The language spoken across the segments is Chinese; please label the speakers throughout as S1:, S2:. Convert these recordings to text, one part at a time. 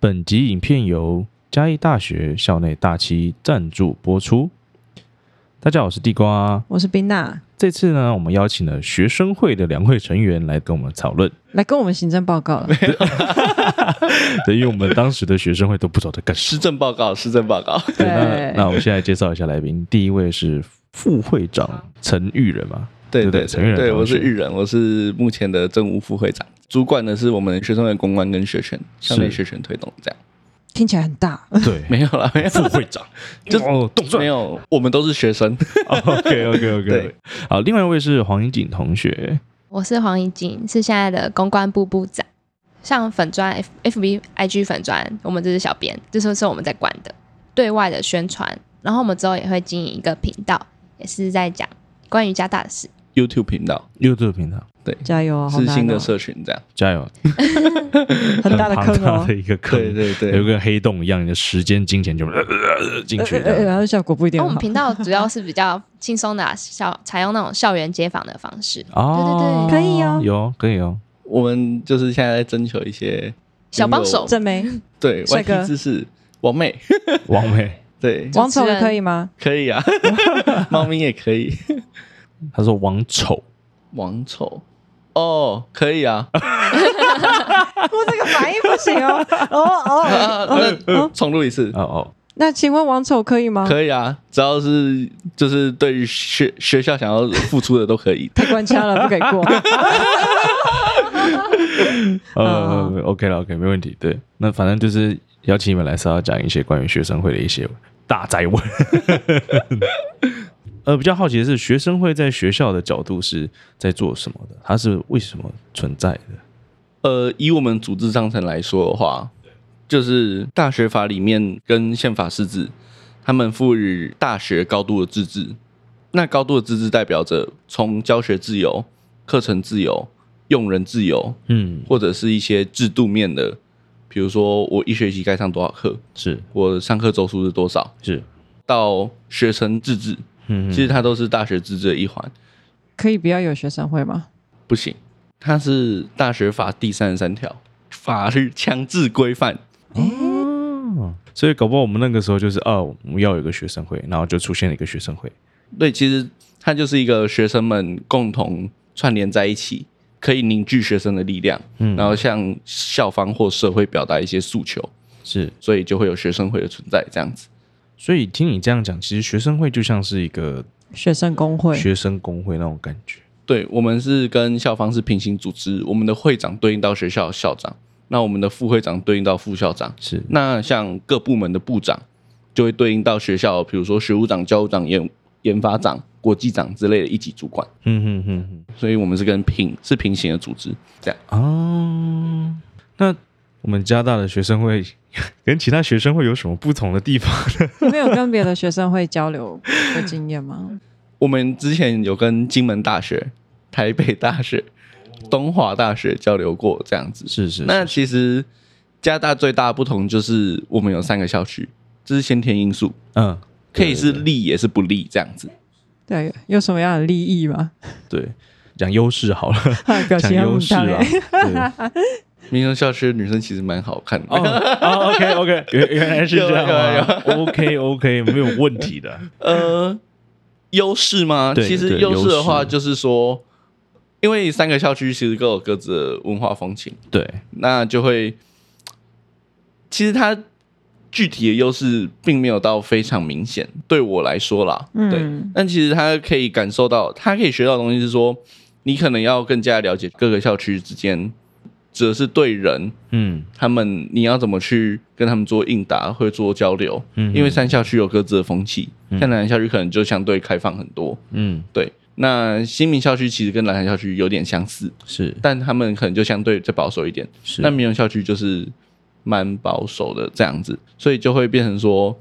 S1: 本集影片由嘉义大学校内大七赞助播出。大家好，我是地瓜。
S2: 我是冰娜，
S1: 这次呢，我们邀请了学生会的两位成员来跟我们讨论。
S2: 来跟我们行政报 告了。
S1: 对，因为我们当时的学生会都不晓得干什
S3: 施
S1: 么。
S3: 政报告，施政报告，
S1: 对，那那我们现在介绍一下来宾。第一位是副会长陈玉仁嘛，
S3: 对
S1: 对
S3: 对
S1: 陈玉仁
S3: 对，
S1: 同
S3: 我是
S1: 学
S3: 玉人，我是目前的政务副会长，主管的是我们学生会公关跟学权，校内
S1: 是
S3: 学权推动这样，
S2: 听起来很大，
S1: 对，
S3: 没有啦， 没有，
S1: 副会长，
S3: 就
S1: 哦，动作
S3: 没有，我们都是学生，
S1: OK OK OK
S3: 对。
S1: 好，另外一位是黄英锦同学，
S4: 我是黄怡静，是现在的公关部部长。像粉砖 F F B I G 粉砖，我们这是小编，这是是我们在管的对外的宣传。然后我们之后也会经营一个频道，也是在讲关于加大的事。
S3: YouTube 频道
S1: YouTube 频道，
S3: 对，
S2: 加油啊！好
S3: 是
S2: 难
S3: 新的
S2: 哦
S3: 社群这样，
S1: 加油！
S2: 很大的
S1: 庞
S2: 坑
S1: 大
S2: 哦
S1: 的。一个坑，
S3: 对对
S1: 有一
S3: 对，
S1: 个黑洞一样，你的时间、金钱就呃呃呃进去这
S2: 呃呃呃
S1: 样。
S2: 然后效果不一定
S4: 那我
S2: 很
S4: 们
S2: 好。
S4: 频道主要是比较轻松的啊、校采用那种校园街访的方式，
S1: 哦，
S4: 对
S2: 对对可以哦
S1: 有可以哦。
S3: 我们就是现在在征求一些
S4: 小帮手
S3: 有
S2: 正梅
S3: 对
S2: 帅
S3: 外
S2: 哥
S3: 地知识，王妹，
S1: 王美，
S3: 对，
S2: 王丑也可以吗？
S3: 可以啊，猫咪也可以，
S1: 他说王丑，
S3: 王丑。哦，可以啊，
S2: 我这个反应不行 哦。
S3: 啊
S2: 哦哦，
S3: 那重录一次，
S1: 哦哦，
S2: 那请问王丑可以吗？。
S3: 可以啊，只要是就是对于学学校想要付出的都可以
S2: 太官腔了，不给过。 哦
S1: 呃，OK 了，OK，没问题。对，那反正就是邀请你们来是要讲一些关于学生会的一些大灾问。 呃，比较好奇的是，学生会在学校的角度是在做什么的？它是为什么存在的？
S3: 呃，以我们组织章程来说的话，就是大学法里面跟宪法释字，他们赋予大学高度的自治。那高度的自治代表着从教学自由、课程自由、用人自由，
S1: 嗯，
S3: 或者是一些制度面的，比如说我一学期该上多少课，
S1: 是
S3: 我上课周数是多少，
S1: 是，
S3: 到学生自治，
S1: 嗯
S3: 其实它都是大学自治的一环。
S2: 可以不要有学生会吗？
S3: 不行，它是大学法第三十三条，法律强制规范。
S1: 哦，所以搞不好我们那个时候就是哦，我们要有一个学生会，然后就出现了一个学生会。
S3: 对，其实它就是一个学生们共同串联在一起，可以凝聚学生的力量，
S1: 嗯
S3: 然后向校方或社会表达一些诉求，
S1: 是，
S3: 所以就会有学生会的存在。这样子，
S1: 所以听你这样讲，其实学生会就像是一个
S2: 学生工会
S1: 学生工会那种感觉。
S3: 对我们是跟校方是平行组织，我们的会长对应到学校的校长，那我们的副会长对应到副校长，
S1: 是，
S3: 那像各部门的部长就会对应到学校，比如说学务长、教务长、研研发长、国际长之类的一级主管，
S1: 嗯哼哼
S3: 所以我们是跟平是平行的组织。这样，
S1: 哼。哦，那我们加大的学生会 跟其他学生会有什么不同的地方？
S2: 没有跟别的学生会交流的经验吗？
S3: 我们之前有跟金门大学、台北大学、东华大学交流过这样子。
S1: 是是
S3: 那其实加大最大的不同就是我们有三个校区，这是先天因素，
S1: 嗯，
S3: 可以是
S1: 对
S3: 利也是不利这样子。
S2: 对，有什么样的利益 吗？
S1: 对讲优势好了，
S2: 表
S1: 讲
S2: 情
S1: 优
S2: 很
S1: 势
S2: 大
S1: 啊。
S2: 欸。
S1: 对
S3: 民生校区的女生其实蛮好看的。
S1: 哦 哦，OK OK，原原来是这样啊
S3: 有
S1: ，OK OK，没有问题的。
S3: 呃，优势吗？
S1: 对
S3: 其实
S1: 对
S3: 优势的
S1: 优
S3: 话，
S1: 势
S3: 就是说，因为三个校区其实各有各自的文化风情，
S1: 对，
S3: 那就会，其实它具体的优势并没有到非常明显。对我来说啦，对，
S2: 嗯，
S3: 但其实他可以感受到，他可以学到的东西是说，你可能要更加了解各个校区之间，指的是对人。
S1: 嗯
S3: 他们你要怎么去跟他们做应答，或者做交流？
S1: 嗯
S3: 因为三校区有各自的风气，
S1: 嗯
S3: 像南韩校区可能就相对开放很多。
S1: 嗯
S3: 对，那新民校区其实跟南韩校区有点相似，
S1: 是
S3: 但他们可能就相对再保守一点。
S1: 是
S3: 那民雄校区就是蛮保守的这样子，所以就会变成说，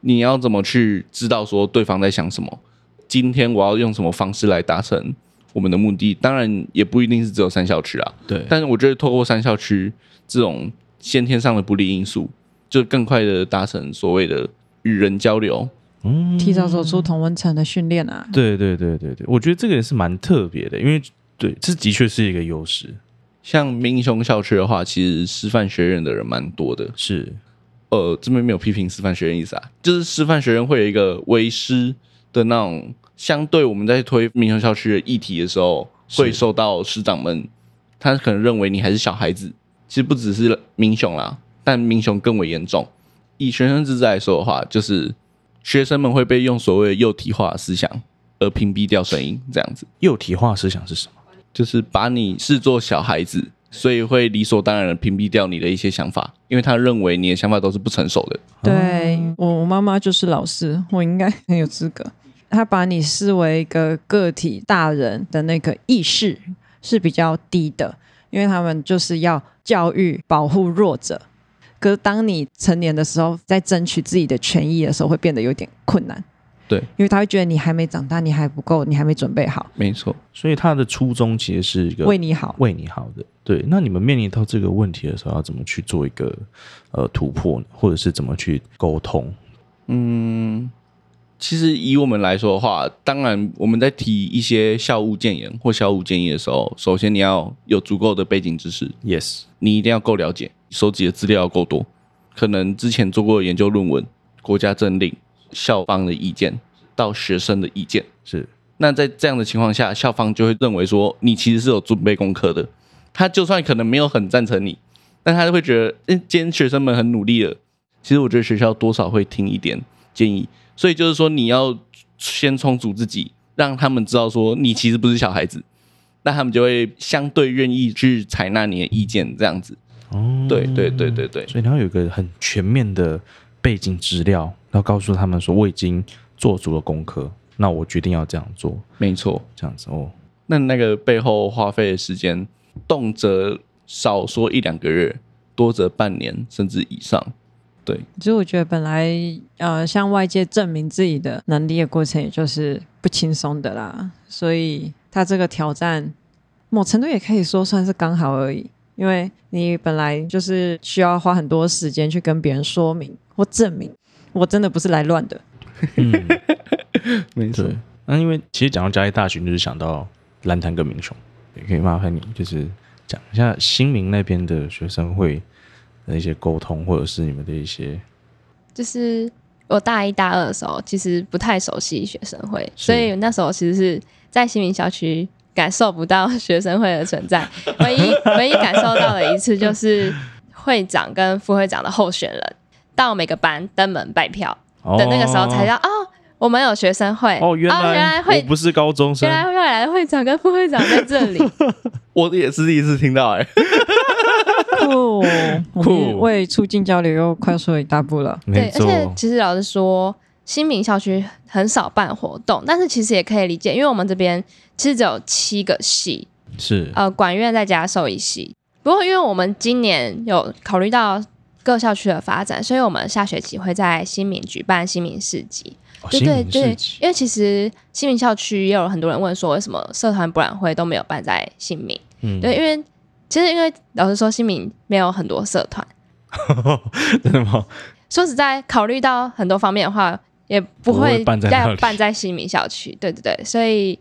S3: 你要怎么去知道说对方在想什么？今天我要用什么方式来达成我们的目的？当然也不一定是只有三校区啊，
S1: 对
S3: 但是我觉得透过三校区这种先天上的不利因素，就更快的达成所谓的与人交流。
S1: 嗯
S2: 提早走出同温层的训练啊。
S1: 对对对对对，我觉得这个也是蛮特别的，因为对，这的确是一个优势。
S3: 像民雄校区的话，其实师范学院的人蛮多的。
S1: 是
S3: 呃，这边没有批评师范学院意思啊，就是师范学院会有一个为师的那种，相对我们在推民雄校区的议题的时候，
S1: 是
S3: 会受到师长们，他可能认为你还是小孩子，其实不只是民雄啦，但民雄更为严重。以学生自治来说的话，就是学生们会被用所谓的幼体化的思想而屏蔽掉声音，这样子。
S1: 幼体化思想是什么？
S3: 就是把你视作小孩子，所以会理所当然的屏蔽掉你的一些想法，因为他认为你的想法都是不成熟的。
S1: 啊
S2: 对我，我妈妈就是老师，我应该很有资格。 她把你视为一个个体大人的那个意识是比较低的，因为他们就是要教育保护弱者。可是当你成年的时候，在争取自己的权益的时候，会变得有点困难。
S3: 对
S2: 因为他会觉得你还没长大，你还不够，你还没准备好，
S3: 没错，
S1: 所以他的初衷其实是一个
S2: 为你好。
S1: 为你好的。对，那你们面临到这个问题的时候，要怎么去做一个呃突破呢，或者是怎么去沟通？
S3: 嗯，其实以我们来说的话，当然我们在提一些校务建言或校务建议的时候，首先你要有足够的背景知识，
S1: Yes，
S3: 你一定要够了解，收集的资料要够多，可能之前做过的研究论文、国家政令、校方的意见到学生的意见。
S1: 是
S3: 那在这样的情况下，校方就会认为说你其实是有准备功课的。他就算可能没有很赞成你，但他就会觉得，嗯，今天学生们很努力了。其实我觉得学校多少会听一点建议，所以就是说你要先充足自己，让他们知道说你其实不是小孩子，那他们就会相对愿意去采纳你的意见，这样子。
S1: 哦，
S3: 对对对对对
S1: 所以你要有一个很全面的背景资料，然后告诉他们说我已经做足了功课，那我决定要这样做，
S3: 没错。
S1: 这样子哦。
S3: 那那个背后花费的时间，动辄少说一两个月，多则半年甚至以上。对，
S2: 其实我觉得本来呃向外界证明自己的能力的过程，也就是不轻松的啦。所以他这个挑战，某程度也可以说算是刚好而已，因为你本来就是需要花很多时间去跟别人说明或证明，我真的不是来乱的。
S1: 嗯，
S3: 没
S1: 对。那因为其实讲到嘉义大学，就是想到蓝潭跟民雄，也可以麻烦你就是讲一下新民那边的学生会的一些沟通，或者是你们的一些
S4: 就是我大一大二的时候，其实不太熟悉学生会，
S1: 是
S4: 所以那时候其实是在新民校区感受不到学生会的存在， 唯一唯一感受到的一次就是会长跟副会长的候选人到每个班登门拜票
S1: 哦
S4: 的那个时候才知道哦。我们有学生会
S1: 哦，原来,、
S4: 哦、原来会
S1: 我不是高中生
S4: 原，来未来的会长跟副会长在这里，
S3: 我也是第一次听到 哎、
S2: 酷，哦我
S1: 酷
S2: 们为促进交流又快速一大步了。
S1: 没
S4: 对，而
S1: 错，
S4: 且其实老实说，新民校区很少办活动，但是其实也可以理解，因为我们这边其实只有七个系，
S1: 是哦
S4: 呃，管院再加兽医系。不过，因为我们今年有考虑到各校区的发展，所以我们下学期会在新民举办新民市集。
S1: 哦
S4: 对
S1: 新
S4: 对
S1: 民
S4: 对
S1: 市，集
S4: 因为其实新民校区也有很多人问说，为什么社团博览会都没有办在新民？
S1: 嗯，
S4: 对，因为其实因为老实说，新民没有很多社团。
S1: 真的吗？
S4: 说实在，考虑到很多方面的话，也不
S1: 不会
S4: 会
S1: 办在那
S4: 要
S1: 里
S4: 办在西民校区。对对对，所以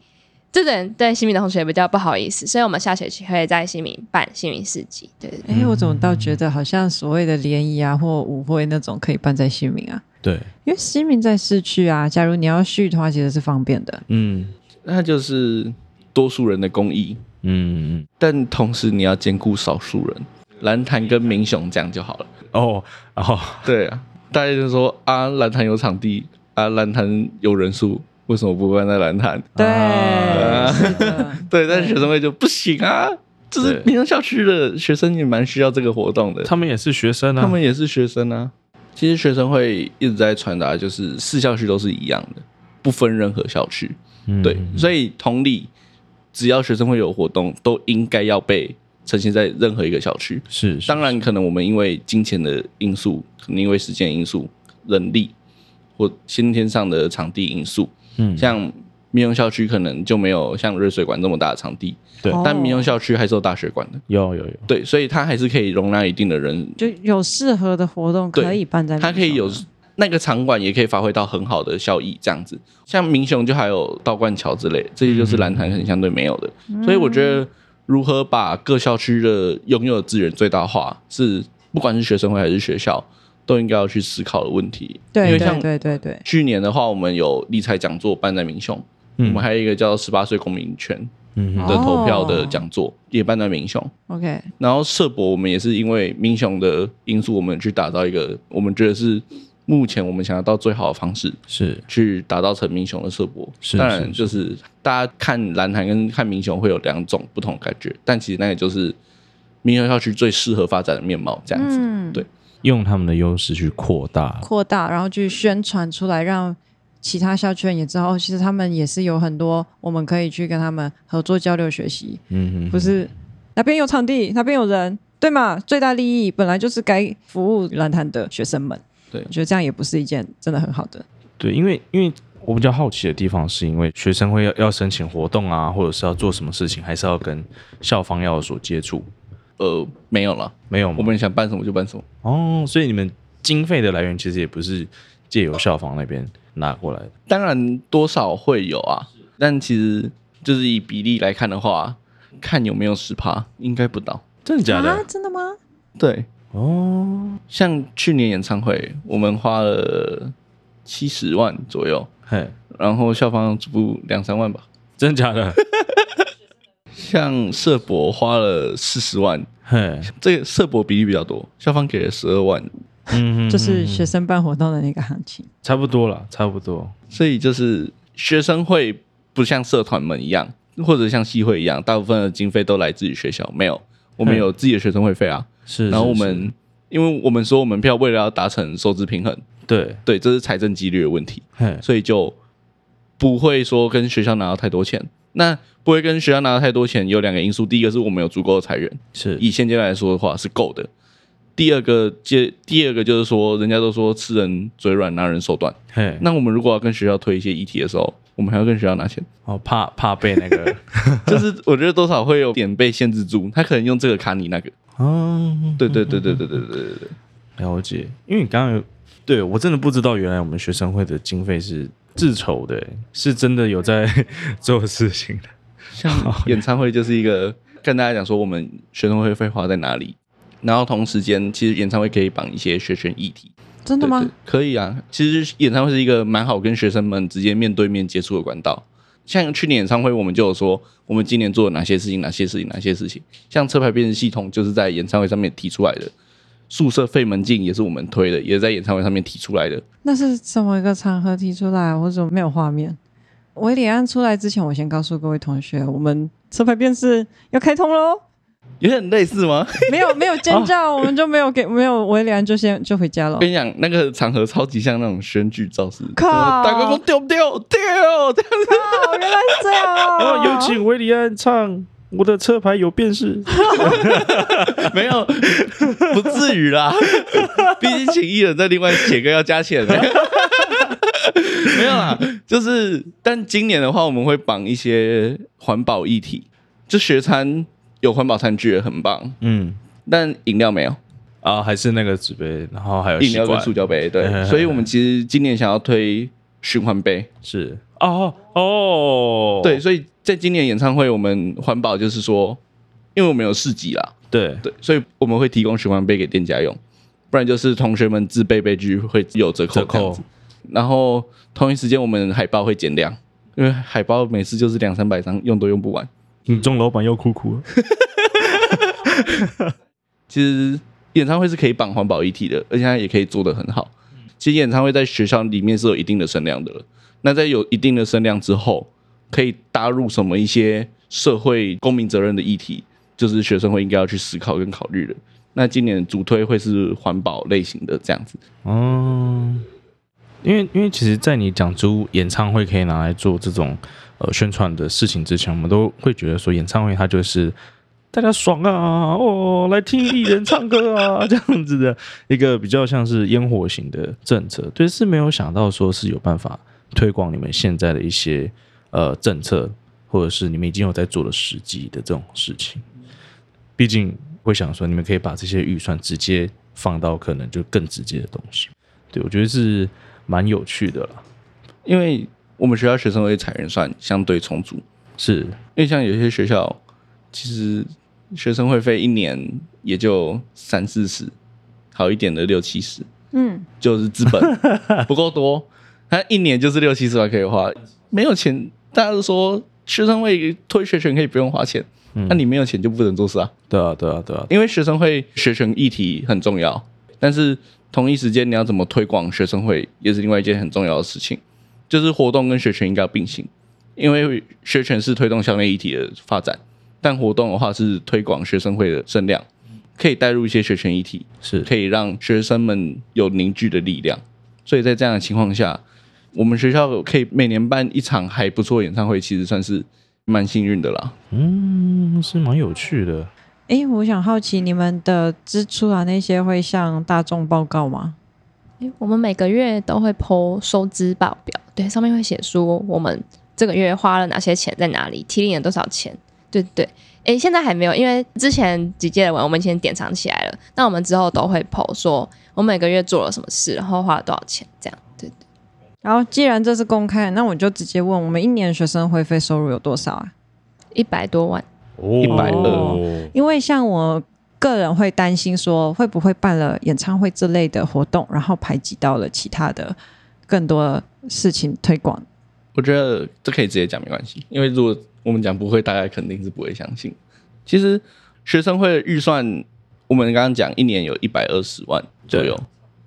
S4: 这点对西民的同学比较不好意思，所以我们下学期会在西民办西民市集。对对对，
S2: 哎，我怎么倒觉得好像所谓的联谊啊或舞会那种可以办在新民啊？
S1: 对，
S2: 因为新民在市区啊，假如你要续的话，其实是方便的。
S1: 嗯
S3: 那就是多数人的公益，
S1: 嗯嗯，
S3: 但同时你要兼顾少数人。蓝潭跟民雄这样就好了。
S1: 哦，然后
S3: 对啊，大家就说啊，蓝潭有场地啊，蓝潭有人数，为什么不办在蓝潭？
S2: 对，
S1: 啊
S2: 是的
S3: 对，但是学生会就不行啊，就是
S1: 对
S3: 民雄校区的学生也蛮需要这个活动的。
S1: 他们也是学生啊，
S3: 他们也是学生啊。其实学生会一直在传达，就是四校区都是一样的，不分任何校区。
S1: 嗯
S3: 对，
S1: 嗯
S3: 所以同理，只要学生会有活动，都应该要被呈现在任何一个校区。
S1: 是是
S3: 当然，可能我们因为金钱的因素，可能因为时间因素、人力或先天上的场地因素，
S1: 嗯
S3: 像民用校区可能就没有像热水馆这么大的场地，
S1: 对
S2: 哦
S3: 但民用校区还是有大学馆的，
S1: 有有有，
S3: 对，所以它还是可以容纳一定的人
S2: 就有适合的活动可以办在，
S3: 它可以有那个场馆也可以发挥到很好的效益，这样子。像民雄就还有道观桥之类，这些就是蓝潭很相对没有的，所以我觉得如何把各校区的拥有的资源最大化，是不管是学生会还是学校，都应该要去思考的问题。因
S2: 对
S3: 为
S2: 对
S3: 像
S2: 对对对，
S3: 去年的话，我们有理财讲座办在民雄，我
S1: 嗯
S3: 们还有一个叫十八岁公民权
S1: 嗯哼
S3: 的投票
S2: 哦
S3: 的讲座，也办在民雄。
S2: OK，
S3: 然后社博，我们也是因为民雄的因素，我们去打造一个我们觉得是目前我们想要到最好的方式，
S1: 是
S3: 去打造成民雄的社博。
S1: 是
S3: 当
S1: 是
S3: 然就是大家看蓝坛跟看民雄会有两种不同的感觉，但其实那也就是民雄校区最适合发展的面貌这样子。
S2: 嗯
S3: 对
S1: 用他们的优势去扩大，
S2: 扩大，然后去宣传出来，让其他校区人也知道，哦，其实他们也是有很多我们可以去跟他们合作交流学习，
S1: 嗯哼，
S2: 不是哪边有场地，哪边有人，对嘛？最大利益本来就是该服务蓝坛的学生们。
S3: 对
S2: 我觉得这样也不是一件真的很好的。
S1: 对，因为因为我比较好奇的地方，是因为学生会要要申请活动啊，或者是要做什么事情，还是要跟校方要有所接触，
S3: 呃，没有了，
S1: 没有吗？
S3: 我们想办什么就办什么。
S1: 哦，所以你们经费的来源其实也不是借由校方那边拿过来的，
S3: 当然多少会有啊，但其实就是以比例来看的话，看有没有十趴，应该不到。
S1: 真的假的？
S2: 啊？真的吗？
S3: 对，
S1: 哦，
S3: 像去年演唱会，我们花了七十万左右，
S1: 嘿，
S3: 然后校方支付两三万吧。
S1: 真的假的？
S3: 像社博花了四十万，
S1: 嘿，
S3: 这个社博比例比较多，校方给了十二万，
S1: 嗯，
S2: 就是学生办活动的那个行情。
S1: 差不多了，差不多。
S3: 所以就是学生会不像社团们一样，或者像系会一样，大部分的经费都来自于学校，没有，我们
S1: 嗯
S3: 有自己的学生会费啊。
S1: 是，
S3: 然后
S1: 是
S3: 我们，因为我们说我们票为了要达成收支平衡，
S1: 是对，
S3: 对，这是财政纪律的问题，
S1: 嘿，
S3: 所以就不会说跟学校拿到太多钱。那不会跟学校拿到太多钱，有两个因素，第一个是我们有足够的财源，
S1: 是
S3: 以现阶段来说的话是够的。第二个接第二个就是说，人家都说吃人嘴软，拿人手短。
S1: 嘿，
S3: 那我们如果要跟学校推一些议题的时候，我们还要跟学校拿钱，
S1: 哦，怕怕被那 个，
S3: 就是我觉得多少会有点被限制住。他可能用这个卡你那个，
S1: 哦，
S3: 对对对对对对对对对。
S1: 了解，因为你刚刚有对我真的不知道，原来我们学生会的经费是自筹的，欸是真的有在 做事情的。
S3: 像演唱会就是一个跟大家讲说我们学生会费花在哪里，然后同时间其实演唱会可以绑一些学生议题，
S2: 真的
S3: 对对
S2: 吗？
S3: 可以啊，其实演唱会是一个蛮好跟学生们直接面对面接触的管道。像去年演唱会，我们就有说我们今年做了哪些事情，哪些事情，哪些事情。像车牌辨识系统就是在演唱会上面提出来的，宿舍费门禁也是我们推的，也是在演唱会上面提出来的。
S2: 那是什么一个场合提出来？我怎么没有画面？维里安出来之前，我先告诉各位同学，我们车牌辨识要开通 喽。
S3: 有点类似吗？
S2: 没有没有尖叫，我们就没有给没有维里安就先就回家了
S3: 我。跟你讲，那个场合超级像那种选举造势，
S2: 靠
S3: 大哥说丢不丢丢 这样子。
S2: 哦，原来是这样
S3: 啊
S2: 哦。
S1: 维里安唱《我的车牌有辨识》
S3: 没有，不至于啦。毕竟请艺人在另外写歌要加钱的。 没有啦，就是，但今年的话，我们会绑一些环保议题，就学餐有环保餐具也很棒，
S1: 嗯，
S3: 但饮料没有，
S1: 啊，还是那个纸杯，然后还有
S3: 饮料跟
S1: 吸
S3: 塑
S1: 管
S3: 胶杯，
S1: 嘿嘿
S3: 对，
S1: 嘿
S3: 所以我们其实今年想要推循环杯，
S1: 是哦哦，
S3: 对，所以在今年演唱会，我们环保就是说，因为我们有市集啦，
S1: 对
S3: 对，所以我们会提供循环杯给店家用，不然就是同学们自备杯具会有折扣
S1: 折
S3: 这样
S1: 扣
S3: 子。然后同一时间我们海报会减量，因为海报每次就是两三百张，用都用不完。
S1: 你中嗯老板要哭哭了，
S3: 其实演唱会是可以绑环保议题的，而且它也可以做得很好。其实演唱会在学校里面是有一定的声量的了，那在有一定的声量之后，可以搭入什么一些社会公民责任的议题，就是学生会应该要去思考跟考虑的。那今年主推会是环保类型的这样子。
S1: 哦，因为因为其实，在你讲出演唱会可以拿来做这种呃宣传的事情之前，我们都会觉得说，演唱会它就是大家爽啊，哦，来听艺人唱歌啊， 这样子的一个比较像是烟火型的政策。对，是没有想到说是有办法推广你们现在的一些呃政策，或者是你们已经有在做的实际的这种事情。毕竟会想说，你们可以把这些预算直接放到可能就更直接的东西。对，我觉得是蛮有趣的啦。
S3: 因为我们学校学生会财源算相对充足，
S1: 是，
S3: 因为像有些学校其实学生会费一年也就三四十，好一点的六七十，
S2: 嗯，
S3: 就是资本 不够多，他一年就是六七十万可以花，没有钱，大家都说学生会推学权可以不用花钱，那、
S1: 嗯
S3: 你没有钱就不能做事啊，
S1: 对啊，对啊，对啊，
S3: 因为学生会学权议题很重要，但是同一时间你要怎么推广学生会也是另外一件很重要的事情，就是活动跟学权应该要并行，因为学权是推动校内议题的发展，但活动的话是推广学生会的声量，可以带入一些学权议题，
S1: 啊是
S3: 可以让学生们有凝聚的力量。所以在这样的情况下，我们学校可以每年办一场还不错的演唱会，其实算是蛮幸运的啦。
S1: 嗯，是蛮有趣的。
S2: 诶，我想好奇你们的支出啊那些会向大众报告吗？
S4: 诶我们每个月都会 PO 收支报表，对，上面会写说我们这个月花了哪些钱，在哪里，提领了多少钱，对对对。诶，现在还没有，因为之前几届的文我们先典藏起来了，那我们之后都会 PO 说我每个月做了什么事，然后花了多少钱，这样，对对。
S2: 然后既然这是公开，那我就直接问，我们一年学生会费收入有多少啊？
S4: 一百多万，
S1: 哦
S2: 120，因为像我个人会担心说，会不会办了演唱会之类的活动，然后排挤到了其他的更多事情推广。
S3: 我觉得这可以直接讲没关系，因为如果我们讲不会，大家肯定是不会相信。其实学生会的预算，我们刚刚讲一年有一百二十万左右。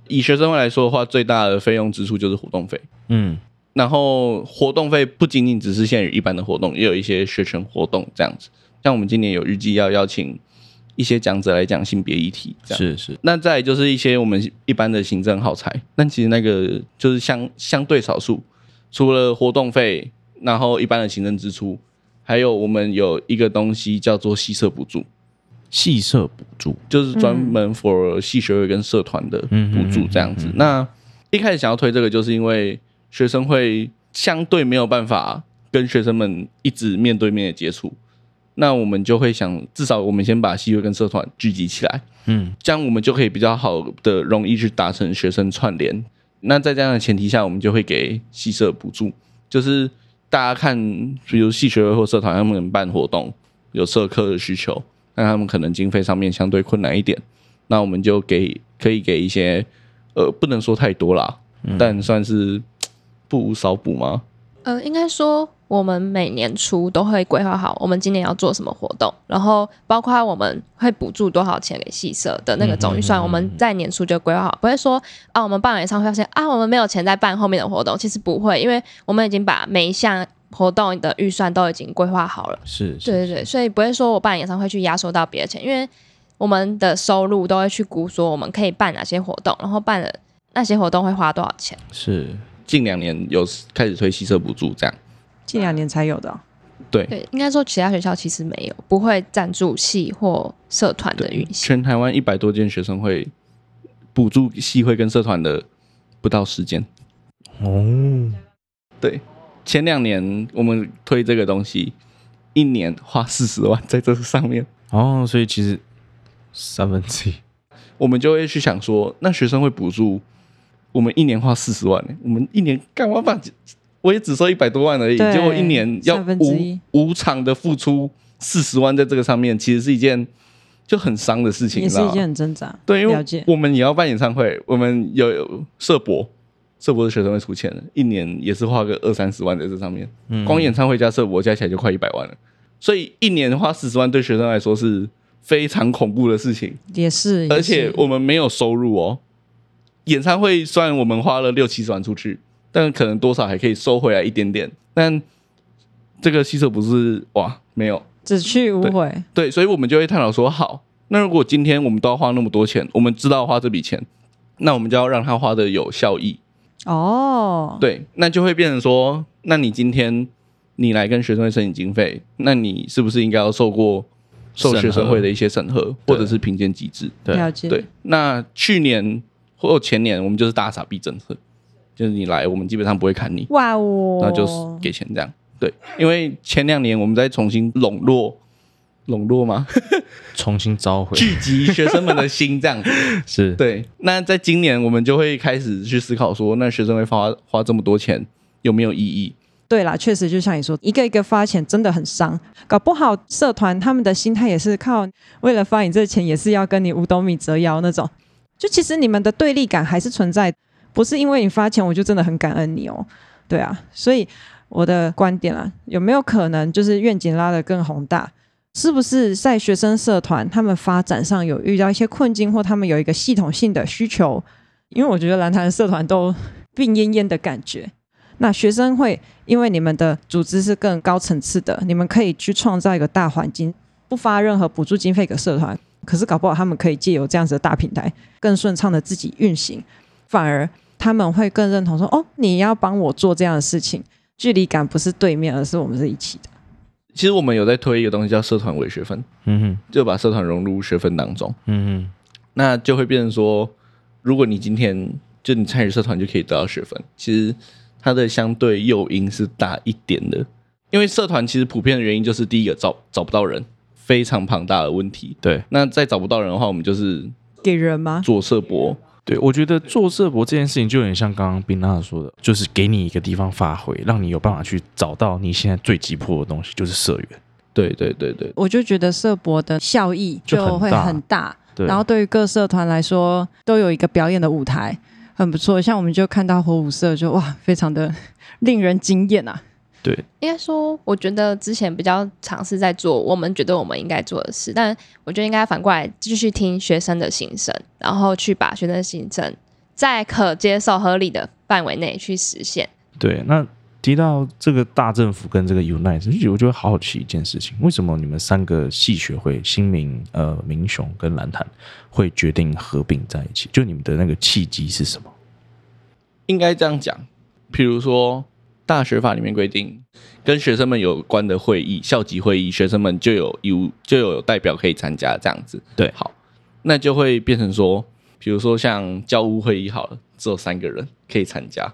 S3: 以学生会来说的话，最大的费用支出就是活动费。
S1: 嗯，
S3: 然后活动费不仅仅只是限于一般的活动，也有一些学生活动这样子。像我们今年有预计要邀请一些讲者来讲性别议题，这样。
S1: 是是，
S3: 那再来就是一些我们一般的行政耗材，但其实那个就是相相对少数，除了活动费，然后一般的行政支出，还有我们有一个东西叫做系社补助，
S1: 戏社补助，
S3: 就是专门 for 系学会跟社团的补助这样
S1: 嗯
S3: 子。
S1: 嗯嗯嗯嗯
S3: 那一开始想要推这个，就是因为学生会相对没有办法跟学生们一直面对面的接触，那我们就会想，至少我们先把系学会跟社团聚集起来。
S1: 嗯，
S3: 这样我们就可以比较好的容易去达成学生串联。那在这样的前提下，我们就会给系社补助，就是大家看，比如系学会或社团他们办活动有社课的需求，那他们可能经费上面相对困难一点，那我们就给可以给一些，呃，不能说太多啦，但算是嘖不无少补吗？
S4: 呃，应该说我们每年初都会规划好我们今年要做什么活动，然后包括我们会补助多少钱给戏社的那个总预算，
S1: 嗯嗯嗯嗯
S4: 我们在年初就规划好，不会说啊，我们办完演唱会发现啊，我们没有钱再办后面的活动，其实不会，因为我们已经把每一项活动的预算都已经规划好了。
S1: 是，是
S4: 对对对，，所以不会说我办演唱会去压缩到别的钱，因为我们的收入都会去估说我们可以办哪些活动，然后办了那些活动会花多少钱。
S1: 是
S3: 近两年有开始推系社补助，这样
S2: 近两年才有的哦、
S3: 对
S4: 对，应该说其他学校其实没有，不会赞助系或社团的
S3: 对
S4: 运，行。
S3: 全台湾一百多间学生会补助系会跟社团的不到十间。
S1: 哦，
S3: 前两年我们推这个东西，一年花四十万在这上面，
S1: 哦，所以其实三分之一，
S3: 我们就会去想说，那学生会补助，我们一年花四十万、我们一年干嘛把？我也只收一百多万而已，
S2: 对
S3: 结果一年要
S2: 三分之
S3: 无
S2: 一
S3: 无偿的付出四十万在这个上面，其实是一件就很伤的事情，
S2: 也
S3: 你知
S2: 是
S3: 道
S2: 一
S3: 吗
S2: 件很挣扎。
S3: 对，因
S2: 了
S3: 为
S2: 解。
S3: 我们也要办演唱会，我们有有社博，社博是学生会出钱的，一年也是花个二三十万在这上面，
S1: 嗯
S3: 光演唱会加社博加起来就快一百万了，所以一年花四十万对学生来说是非常恐怖的事情，
S2: 也是，
S3: 而
S2: 也是
S3: 且我们没有收入哦。演唱会虽然我们花了六七十万出去，但可能多少还可以收回来一点点，但这个吸收不是哇没有，
S2: 只去无回，
S3: 对，所以我们就会探讨说，好，那如果今天我们都要花那么多钱，我们知道花这笔钱，那我们就要让它花的有效益。
S2: 哦，
S3: 对，那就会变成说，那你今天你来跟学生会申请经费，那你是不是应该要受过受学生会的一些审核，
S1: 对
S3: 或者是评鉴机制？
S1: 对
S2: 了解，
S3: 对，那去年或前年我们就是大傻逼政策，就是你来，我们基本上不会砍你。
S2: 哇哦，
S3: 那就是给钱这样。对，因为前两年我们在重新笼络，笼络吗？
S1: 重新召回，
S3: 聚集学生们的心这样子。
S1: 是，
S3: 对，那在今年我们就会开始去思考说，那学生会花花这么多钱有没有意义？
S2: 对啦，确实就像你说，一个一个发钱真的很伤，搞不好社团他们的心态也是靠为了发你这钱，也是要跟你五斗米折腰那种。就其实你们的对立感还是存在，不是因为你发钱我就真的很感恩你哦，对啊。所以我的观点啊，有没有可能就是愿景拉得更宏大？是不是在学生社团他们发展上有遇到一些困境，或他们有一个系统性的需求？因为我觉得蓝坛社团都病恹恹的感觉，那学生会，因为你们的组织是更高层次的，你们可以去创造一个大环境，不发任何补助经费给社团，可是搞不好他们可以借由这样子的大平台，更顺畅的自己运行，反而他们会更认同说，哦，你要帮我做这样的事情，距离感不是对面，而是我们是一起的。
S3: 其实我们有在推一个东西叫社团伪学分，
S1: 嗯哼，
S3: 就把社团融入学分当中，
S1: 嗯
S3: 那就会变成说，如果你今天就你参与社团就可以得到学分，其实它的相对诱因是大一点的，因为社团其实普遍的原因就是第一个找找不到人，非常庞大的问题。
S1: 对
S3: 那再找不到人的话，我们就是
S2: 给人吗？
S3: 做社博，
S1: 对，我觉得做社博这件事情就很像刚刚冰娜说的，就是给你一个地方发挥，让你有办法去找到你现在最急迫的东西，就是社员。
S3: 对对对对，
S2: 我就觉得社博的效益就
S1: 就很
S2: 会
S1: 大
S2: 很大，
S1: 对，
S2: 然后对于各社团来说，都有一个表演的舞台，很不错。像我们就看到火舞社就，哇，非常的 令人惊艳啊！
S1: 对，
S4: 应该说，我觉得之前比较尝试在做我们觉得我们应该做的事，但我觉得应该反过来继续听学生的心声，然后去把学生的心声在可接受、合理的范围内去实现。
S1: 对，那提到这个大政府跟这个 Unite，我就会好好奇一件事情：为什么你们三个系学会新民、呃民雄跟蓝潭会决定合并在一起？就你们的那个契机是什么？
S3: 应该这样讲。譬如说，大学法里面规定，跟学生们有关的会议、校级会议，学生们就有义务就有代表可以参加这样子。
S1: 对
S3: 好，那就会变成说，比如说像教务会议好了，只有三个人可以参加，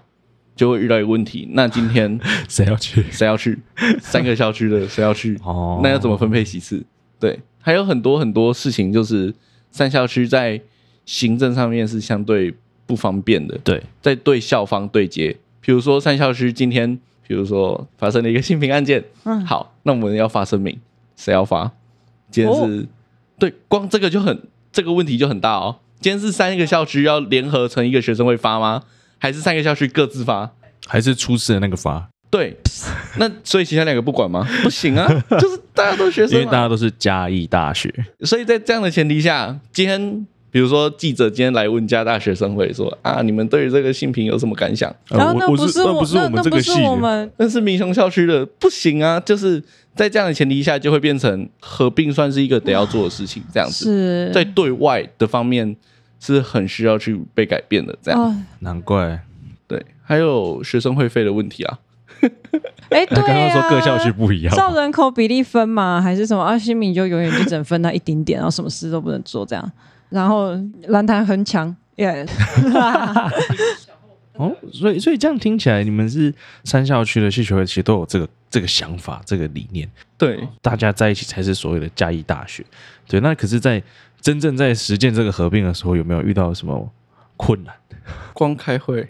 S3: 就会遇到一个问题。那今 天
S1: 谁要去？
S3: 谁要去？三个校区 的谁要去？
S1: 哦
S3: 那要怎么分配席次？对，还有很多很多事情，就是三校区在行政上面是相对不方便的。
S1: 对，
S3: 在对校方对接。比如说三校区今天，比如说发生了一个性平案件，
S2: 嗯，
S3: 好，那我们要发声明，谁要发？今天是，对，光这个就很这个问题就很大哦。今天是三个校区要联合成一个学生会发吗？还是三个校区各自发？
S1: 还是出事的那个发？
S3: 对，那所以其他两个不管吗？ 不行啊，就是大家都学
S1: 因
S3: 生
S1: 为
S3: 嘛
S1: 大家都是嘉义大学，
S3: 所以在这样的前提下，今天比如说记者今天来问加大学生会说啊，你们对于这个性平有什么感想？
S1: 呃
S2: 然后
S1: 我
S2: 那
S1: 我
S2: 不
S1: 是
S2: 我，
S1: 那不是
S2: 那
S1: 我们
S2: 那
S1: 这
S2: 不
S1: 个
S2: 是
S1: 系
S2: 我
S1: 的，
S2: 们
S3: 但是民雄校区的不行啊，就是在这样的前提下，就会变成合并算是一个得要做的事情，这样子，
S2: 是
S3: 在对外的方面是很需要去被改变的，这 样、
S2: 哦，
S1: 难怪
S3: 对。还有学生会费的问题啊，
S2: 哎，对
S1: 那刚刚
S2: 啊，
S1: 说各校区不一样，
S2: 照人口比例分嘛，还是什么？阿西敏就永远就只能分那一丁点，然后什么事都不能做这样。然后蓝坛很强，耶、
S1: 哦，所以所以这样听起来，你们是三校区的系学会，其实都有这个这个想法、这个理念，
S2: 哦
S3: 对
S1: 大家在一起才是所谓的嘉义大学。对，那可是，在真正在实践这个合并的时候，有没有遇到什么困难？
S3: 光开会，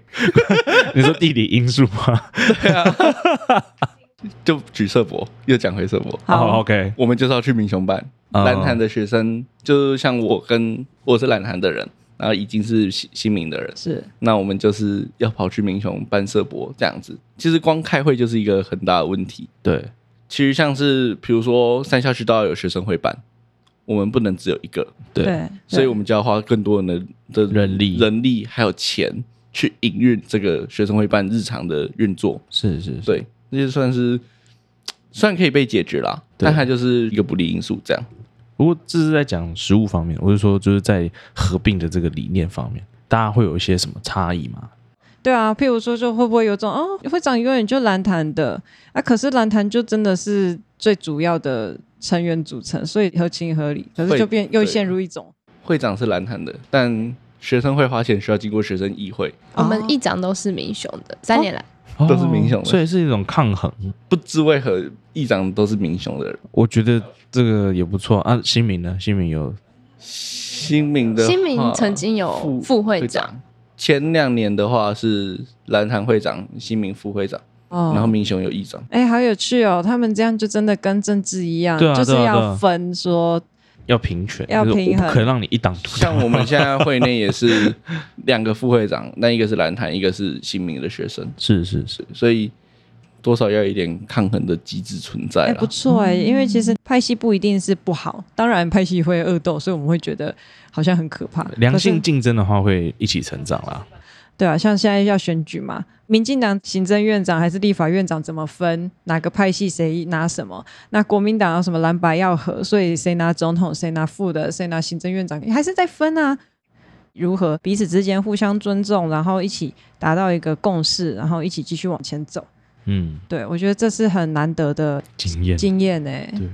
S1: 你说地理因素吗？
S3: 对啊， 就举社博又讲回社博，
S1: 哦
S2: 好，
S1: ，OK，
S3: 我们就是要去民雄办。
S1: 嗯
S3: 蓝坛的学生，就像我跟我是蓝坛的人，然后已经是新新民的人，
S2: 是
S3: 那我们就是要跑去民雄办社博这样子。其实光开会就是一个很大的问题。
S1: 对，
S3: 其实像是比如说三校区都要有学生会办，我们不能只有一个，
S1: 对
S2: 对，
S3: 所以我们就要花更多的的
S1: 人力
S3: 人力还有钱去营运这个学生会办日常的运作。
S1: 是是是，
S3: 对，那就算是虽然可以被解决啦，
S1: 对
S3: 但它就是一个不利因素这样。
S1: 不过这是在讲实物方面，我是说就是在合并的这个理念方面，大家会有一些什么差异吗？
S2: 对啊，譬如说，就会不会有种哦，会长永远就蓝坛的啊？可是蓝坛就真的是最主要的成员组成，所以合情合理。可是
S3: 会
S2: 就变又
S3: 对
S2: 陷入一种
S3: 会长是蓝坛的，但学生会花钱需要经过学生议会，
S4: 我们
S2: 哦
S4: 议长都是民雄的，三年来，
S1: 都
S3: 是民雄的
S1: 所以是一种抗衡。
S3: 不知为何议长都是民雄的人。
S1: 我觉得这个也不错啊。新民呢？新民有
S3: 新民的话
S4: 新民曾经有副会
S3: 会
S4: 长，
S3: 长，前两年的话是蓝坛会长，新民副会长，
S2: 哦
S3: 然后民雄有议长，
S2: 哎，好有趣哦！他们这样就真的跟政治一样，
S1: 对啊
S2: 就是
S1: 对啊对
S2: 要
S1: 啊
S2: 分说，
S1: 要平权，
S2: 要
S1: 就是
S2: 平
S1: 我
S2: 衡
S1: 不可以让你一党独大。
S3: 像我们现在会内也 是两个副会长，那一个是蓝坛，一个是新民的学生，
S1: 是是是，
S3: 所以多少要有一点抗衡的机制存在
S2: 哎，
S3: 啦
S2: 不。错哎，因为其实派系不一定是不好，当然派系会恶斗，所以我们会觉得好像很可怕。
S1: 良
S2: 可是
S1: 性竞争的话会一起成长啦。
S2: 对啊，像现在要选举嘛，民进党行政院长还是立法院长怎么分？哪个派系谁拿什么？那国民党要什么蓝白要合，所以谁拿总统，谁拿副的，谁拿行政院长，还是在分啊？如何彼此之间互相尊重，然后一起达到一个共识，然后一起继续往前走？
S1: 嗯，
S2: 对我觉得这是很难得的
S1: 经验
S2: 经验呢、
S1: 对，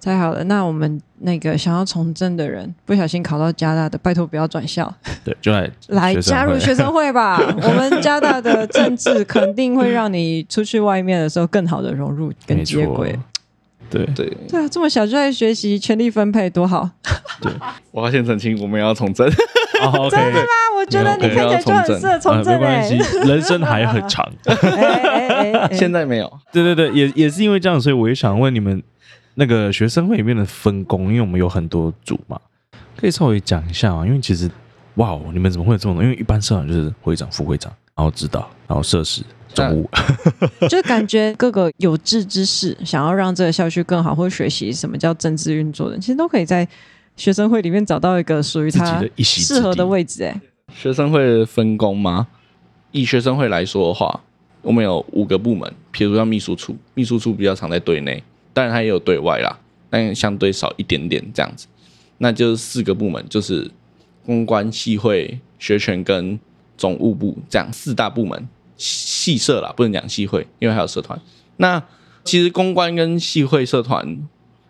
S2: 太好了，那我们那个想要从政的人，不小心考到加拿大的，拜托不要转校。
S1: 对，就来
S2: 来
S1: 学生
S2: 加入
S1: 会
S2: 学生 会吧，我们加大的政治肯定会让你出去外面的时候更好的融入跟
S1: 没
S2: 接
S1: 错
S2: 轨。。
S1: 对，
S3: 对，
S2: 对啊，这么小就在学习权力分配，多好啊！
S3: 我要先澄清，我们要从政。
S1: 哦，OK，
S2: 真的我觉得你看起来就很适合从
S1: 呃没
S2: 政
S1: 关
S2: 哎、
S1: 系，人生还很长。
S2: 哎哎哎哎
S3: 现在没有，
S1: 对对对，也也是因为这样，所以我也想问你们那个学生会里面的分工，因为我们有很多组嘛，可以稍微讲一下吗？因为其实，哇，哦，你们怎么会有这种东西？因为一般社长就是会长、副会长，然后指导，然后设施、总务，
S2: 就感觉各个有志之士想要让这个校区更好，或学习什么叫政治运作的，其实都可以在学生会里面找到一个属于
S1: 自
S2: 他
S1: 己的一席之
S2: 适合
S1: 地
S2: 的位置哎、
S3: 学生会的分工吗？以学生会来说的话，我们有五个部门，譬如像秘书处，秘书处比较常在对内，当然它也有对外啦，但相对少一点点这样子。那就是四个部门，就是公关、系会、学权跟总务部这样四大部门。系社啦，不能讲系会，因为还有社团。那其实公关跟系会社团，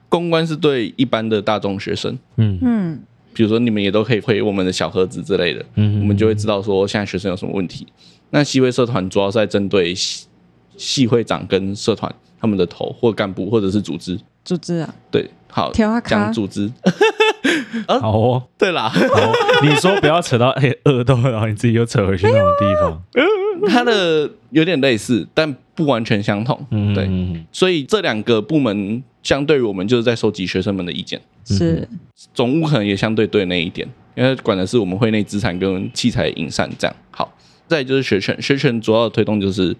S3: 公关是对一般的大众学生，
S1: 嗯
S2: 嗯，
S3: 比如说你们也都可以回我们的小盒子之类的，
S1: 嗯
S3: 我们就会知道说现在学生有什么问题。那系会社团主要是在针对系系会长跟社团他们的头或干部或者是组织。
S2: 组织啊，
S3: 对，好，
S2: 挑啊卡
S3: 讲组织。
S1: 好哦。
S3: 对啦，
S1: 好哦你说不要扯到哎恶斗，然后你自己又扯回去那种地方，
S3: 它的有点类似，但不完全相同。
S1: 嗯，
S3: 对，
S1: 嗯
S3: 所以这两个部门相对于我们就是在收集学生们的意见，
S1: 嗯
S2: 是
S3: 总务可能也相对对那一点，因为管的是我们会内资产跟器材引散这样。好，再来就是学权，学权主要的推动就是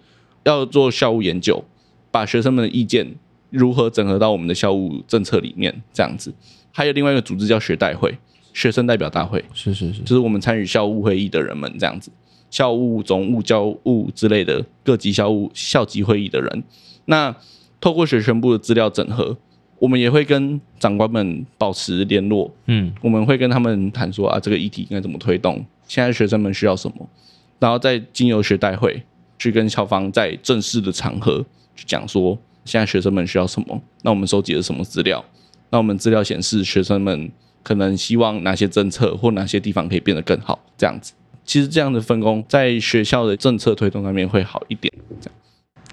S3: 要做校务研究，把学生们的意见如何整合到我们的校务政策里面这样子。还有另外一个组织叫学代会，学生代表大会，
S1: 是是是
S3: 就是我们参与校务会议的人们这样子，校务、总务、教务之类的各级校务校级会议的人。那透过学全部的资料整合，我们也会跟长官们保持联络，
S1: 嗯
S3: 我们会跟他们谈说啊，这个议题应该怎么推动，现在学生们需要什么，然后再经由学代会去跟校方在正式的场合去讲说，现在学生们需要什么，那我们收集了什么资料，那我们资料显示学生们可能希望哪些政策或哪些地方可以变得更好，这样子。其实这样的分工在学校的政策推动上面会好一点，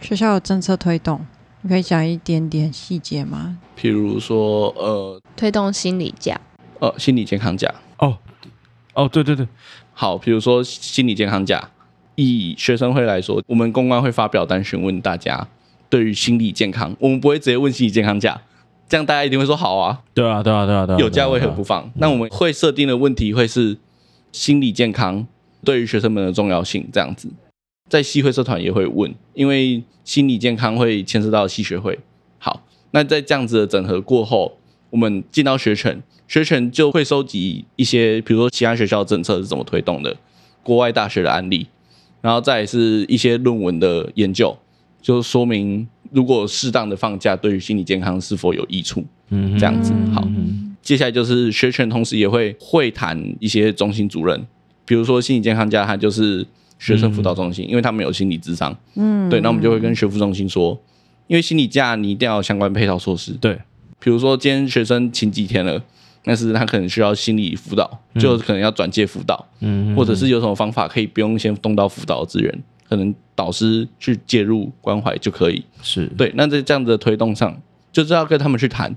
S2: 学校有政策推动，你可以讲一点点细节吗？
S3: 譬如说呃
S4: 推动心理教，
S3: 呃心理健康假，
S1: 哦哦对对对，
S3: 好，比如说心理健康假，以学生会来说，我们公关会发表单询问大家对于心理健康，我们不会直接问心理健康假，这样大家一定会说好啊，
S1: 对啊对啊对啊对啊，
S3: 有假为何
S1: 对啊
S3: 不？放？那我们会设定的问题会是心理健康对于学生们的重要性，这样子。在系会社团也会问，因为心理健康会牵涉到系学会。好，那在这样子的整合过后，我们进到学权，学权就会收集一些，比如说其他学校的政策是怎么推动的，国外大学的案例，然后再来是一些论文的研究，就说明如果适当的放假对于心理健康是否有益处。
S1: 嗯哼
S3: 这样子
S1: 嗯
S3: 好
S1: 嗯
S3: 接下来就是学权，同时也会会谈一些中心主任，比如说心理健康家，他就是学生辅导中心，因为他们有心理智商，
S2: 嗯，
S3: 对，那我们就会跟学辅中心说，因为心理假你一定要有相关配套措施，
S1: 对，
S3: 比如说今天学生请几天了，但是他可能需要心理辅导，就可能要转介辅导，
S1: 嗯
S3: 或者是有什么方法可以不用先动到辅导的资源，可能导师去介入关怀就可以，
S1: 是
S3: 对，那在这样子的推动上，就是要跟他们去谈。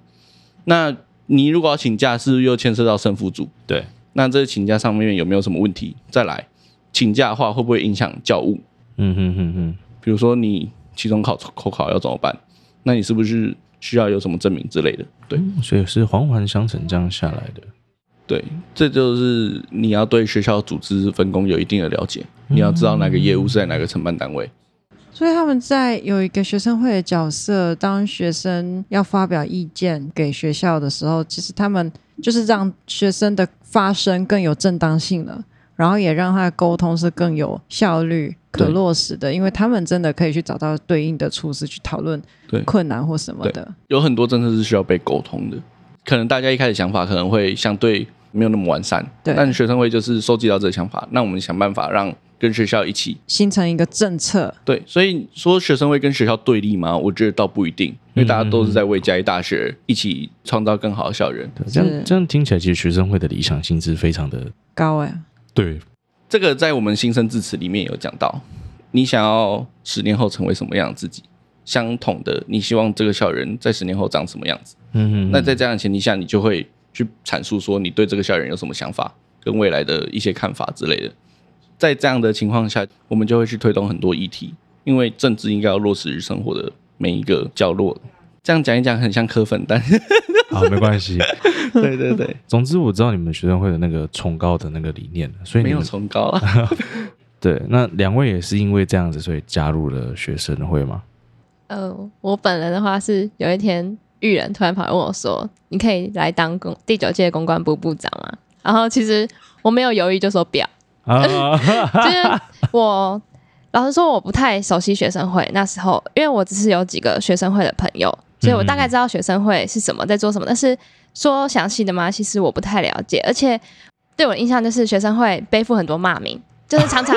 S3: 那你如果要请假，是不是又牵涉到胜负组？
S1: 对，
S3: 那这请假上面有没有什么问题？再来，请假的话会不会影响教务？
S1: 嗯哼哼哼，
S3: 比如说你期中考口考要怎么办？那你是不是需要有什么证明之类的？对
S1: 所以是环环相成这样下来的。
S3: 对，这就是你要对学校组织分工有一定的了解，你要知道哪个业务是在哪个承办单位。
S2: 所以他们在有一个学生会的角色，当学生要发表意见给学校的时候，其实他们就是让学生的发声更有正当性了，然后也让他的沟通是更有效率、可
S3: 对
S2: 落实的，因为他们真的可以去找到对应的处事去讨论
S3: 对
S2: 困难或什么的。
S3: 有很多政策是需要被沟通的，可能大家一开始想法可能会相对没有那么完善，
S2: 对
S3: 但学生会就是收集到这个想法，那我们想办法让跟学校一起
S2: 形成一个政策，
S3: 对，所以说学生会跟学校对立吗？我觉得倒不一定，因为大家都是在为嘉义大学一起创造更好的校园。
S1: 对这样
S2: 是
S1: 这样听起来，其实学生会的理想性是非常的
S2: 高哎、
S1: 对，
S3: 这个在我们新生致辞里面有讲到，你想要十年后成为什么样的自己？相同的，你希望这个校园在十年后长什么样子？
S1: 嗯嗯
S3: 那在这样的前提下，你就会去阐述说你对这个校园有什么想法，跟未来的一些看法之类的。在这样的情况下，我们就会去推动很多议题，因为政治应该要落实于生活的每一个角落。这样讲一讲很像磕粉， 但
S1: 好没关系。
S3: 对对对，
S1: 总之我知道你们学生会的那个崇高的那个理念了，所以
S3: 没
S1: 你
S3: 有
S1: 们
S3: 崇高啊。
S1: 对那两位也是因为这样子，所以加入了学生会吗？
S4: 呃，我本人的话是有一天玉人突然跑来问我说：“你可以来当公第九届公关部部长吗？”然后其实我没有犹豫就说不要，
S1: 啊，
S4: 就是我老实说我不太熟悉学生会那时候，因为我只是有几个学生会的朋友，所以我大概知道学生会是什么在做什么，但是说详细的吗？其实我不太了解，而且对我的印象就是学生会背负很多骂名，就是常常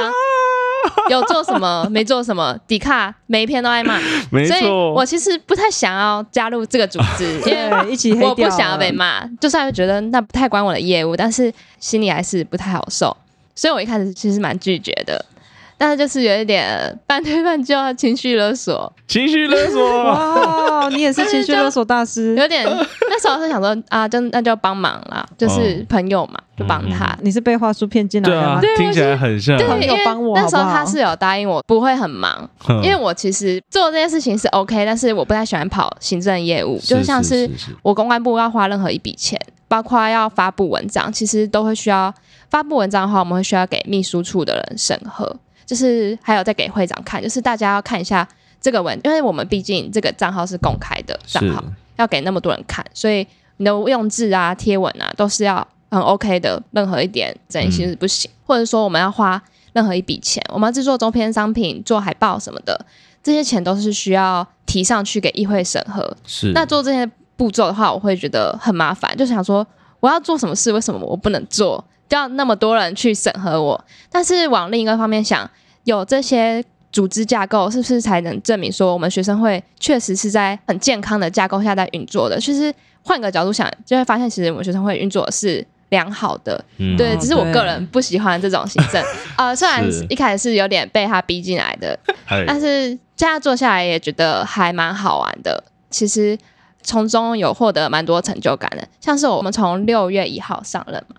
S4: 有做什么没做什么，迪卡每一篇都挨骂。
S1: 没
S4: 所以
S1: 错，
S4: 我其实不太想要加入这个组织， 因为
S2: 对，一起黑掉
S4: 我不想要被
S2: 了
S4: 骂。就算觉得那不太关我的业务，但是心里还是不太好受，所以我一开始其实蛮拒绝的。但是就是有一点半推半就，情绪勒索，
S1: 情绪勒索，
S2: 哇，你也是情绪勒索大 师，
S4: 有点那时候是想说啊，就那就帮忙啦，
S1: 嗯
S4: 就是朋友嘛，就帮他。
S2: 你是被话术骗进来
S1: 对
S2: 的吗
S1: 啊？，听起来很像，
S2: 朋
S4: 对，因
S2: 友
S4: 为
S2: 帮我
S4: 那时候
S2: 好不好
S4: 他是有答应我不会很忙，
S1: 嗯
S4: 因为我其实做这件事情是 OK，但是我不太喜欢跑行政业务，就像
S1: 是
S4: 是我公关部要花任何一笔钱，包括要发布文章，其实都会需要发布文章的话，我们会需要给秘书处的人审核，就是还有再给会长看，就是大家要看一下这个文，因为我们毕竟这个账号是公开的账
S1: 是
S4: 号，要给那么多人看，所以你的用字啊、贴文啊都是要很 OK 的，任何一点整理其实不行，或者说我们要花任何一笔钱，我们要制作周边商品、做海报什么的，这些钱都是需要提上去给议会审核。
S1: 是
S4: 那做这些步骤的话，我会觉得很麻烦，就想说我要做什么事，为什么我不能做？就要那么多人去审核我。但是往另一个方面想，有这些组织架构，是不是才能证明说我们学生会确实是在很健康的架构下在运作的？其实换个角度想，就会发现其实我们学生会运作是良好的。
S1: 嗯
S4: 对，
S2: 哦
S4: 只是我
S2: 对
S4: 个人不喜欢这种行政。呃，虽然
S1: 是
S4: 一开始是有点被他逼进来的，
S1: 哎
S4: 但是这样做下来也觉得还蛮好玩的。其实从中有获得蛮多成就感的，像是我们从六月一号上任嘛，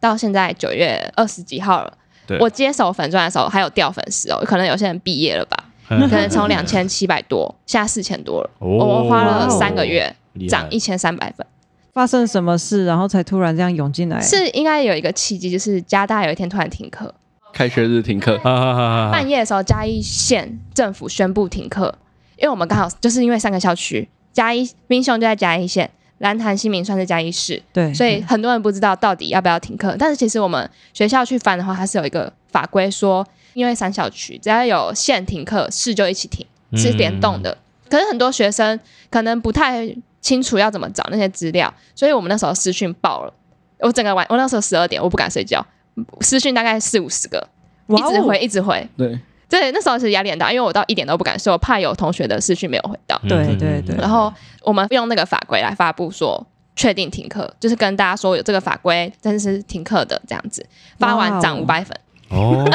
S4: 到现在九月二十几号了
S1: 对。
S4: 我接手粉钻的时候还有掉粉丝哦，可能有些人毕业了吧，可能从两千七百多，现在四千多了。
S1: 嗯哦
S4: 我花了
S2: 哇哦
S4: 三个月
S1: 厉害
S4: 涨一千三百分，
S2: 发生什么事，然后才突然这样涌进来？
S4: 是应该有一个契机，就是加大有一天突然停课，
S3: 开学日停 课，
S1: 啊啊啊啊啊
S4: 半夜的时候，嘉义县政府宣布停课，因为我们刚好就是因为三个校区，嘉义民雄就在嘉义县，蓝潭新民算是嘉义市，
S2: 对，嗯
S4: 所以很多人不知道到底要不要停课。但是其实我们学校去翻的话，它是有一个法规说，因为三校区只要有县停课，市就一起停，
S2: 嗯
S4: 是联动的。可是很多学生可能不太清楚要怎么找那些资料，所以我们那时候私讯爆了。我整个晚，我那时候十二点，我不敢睡觉，私讯大概四五十个，
S2: 哇
S4: 一直
S2: 哦
S4: 回，一直回。
S3: 对，
S4: 对，那时候其实压力很大，因为我到一点都不敢睡，我怕有同学的私讯没有回到。
S1: 嗯
S2: 嗯对对对
S4: 然后我们用那个法规来发布说确定停课，就是跟大家说有这个法规，但是是停课的这样子。发完涨五
S2: 哇
S4: 百粉，
S1: 哦，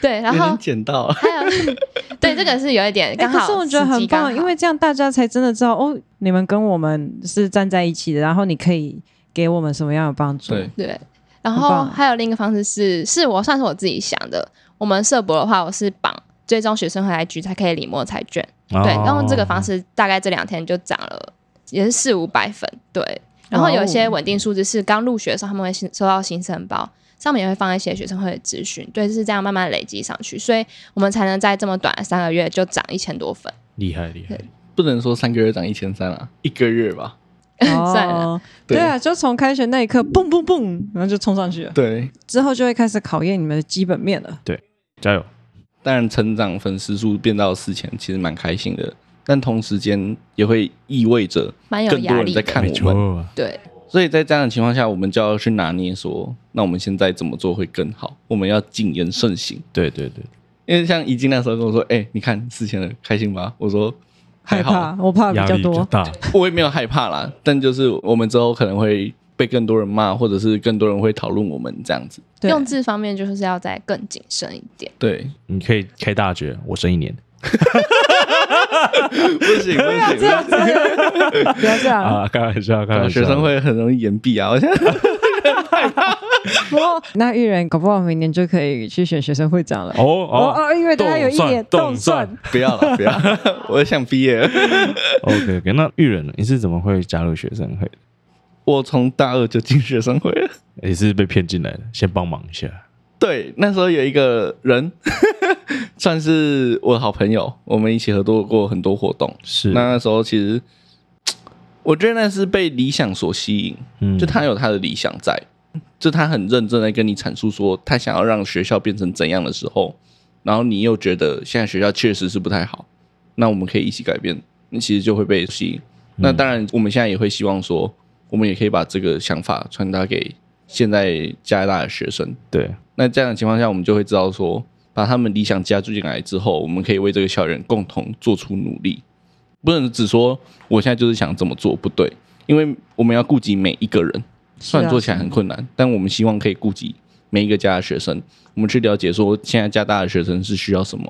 S4: 对，然
S3: 没人
S4: 后
S3: 捡到，啊
S4: 还有 对这个是有一点
S2: 哦 哎，
S4: 刚好
S2: 可
S4: 时机刚好、
S2: 是我觉得很棒，因为这样大家才真的知道哦，你们跟我们是站在一起的，然后你可以给我们什么样的帮助？
S3: 对，
S4: 对。然
S2: 很
S4: 后
S2: 棒
S4: 还有另一个方式是，是我算是我自己想的。我们社博的话，我是绑追踪学生和 IG，才可以领摸彩券。
S1: 哦
S4: 对，然后这个方式大概这两天就涨了，也是四五百粉。对，然后有一些稳定数字是刚入学的时候他们会新收到新生报，上面也会放一些学生会的资讯。对，就是这样慢慢累积上去，所以我们才能在这么短的三个月就涨一千多粉。
S1: 厉害厉害
S4: 对，
S3: 不能说三个月涨一千三啊，一个月吧。
S4: 算了
S2: 哦，对啊，就从开学那一刻，蹦蹦蹦，然后就冲上去了。
S3: 对，
S2: 之后就会开始考验你们的基本面了。
S1: 加油！
S3: 但成长粉丝数变到四千，其实蛮开心的。但同时间也会意味着
S4: 蛮有
S3: 更多
S4: 压
S3: 人
S4: 力
S3: 在
S4: 的。
S3: 看
S1: 没
S3: 我
S1: 错，
S3: 们，
S4: 对，
S3: 所以在这样的情况下，我们就要去拿捏说，那我们现在怎么做会更好？我们要谨言慎行。
S1: 对对对，
S3: 因为像怡静那时候跟我说：“哎、你看四千了，开心吧？”我说：“还
S2: 害
S3: 好，
S2: 怕，我怕比
S1: 压
S2: 较
S1: 力比较
S2: 多。
S1: 大，
S3: 我也没有害怕啦。但就是我们之后可能会被更多人骂，或者是更多人会讨论我们这样子。
S2: 对
S4: 用字方面就是要再更谨慎一点。
S3: 对，
S1: 你可以开大学，我升一年
S3: 不行不行，
S2: 这样这样，不要这样。
S1: 啊，开玩笑，开
S3: 可能
S1: 玩笑，
S3: 学生会很容易言毕啊。我现在
S2: 那艺人搞不好明年就可以去选学生会长了。
S1: 哦
S2: 哦
S1: 哦
S2: 哦，因为大家有一点
S1: 动
S2: 动
S1: 算
S2: 算，
S3: 不要了，不要， 我想毕业了。
S1: ，OK OK，那玉人呢你是怎么会加入学生会的？
S3: 我从大二就进学生会了。
S1: 也是被骗进来的，先帮忙一下。
S3: 对，那时候有一个人， 算是我的好朋友，我们一起合作过很多活动。
S1: 是，
S3: 那那时候其实，我觉得那是被理想所吸引，
S1: 嗯
S3: 就他有他的理想在，就他很认真的跟你阐述说他想要让学校变成怎样的时候，然后你又觉得现在学校确实是不太好，那我们可以一起改变，你其实就会被吸引。
S1: 嗯
S3: 那当然，我们现在也会希望说，我们也可以把这个想法传达给现在加拿大的学生。
S1: 对，
S3: 那这样的情况下，我们就会知道说，把他们理想加注进来之后，我们可以为这个校园共同做出努力，不能只说我现在就是想这么做不对，因为我们要顾及每一个人，
S2: 啊
S3: 虽然做起来很困难，但我们希望可以顾及每一个家的学生，我们去了解说现在加大的学生是需要什么。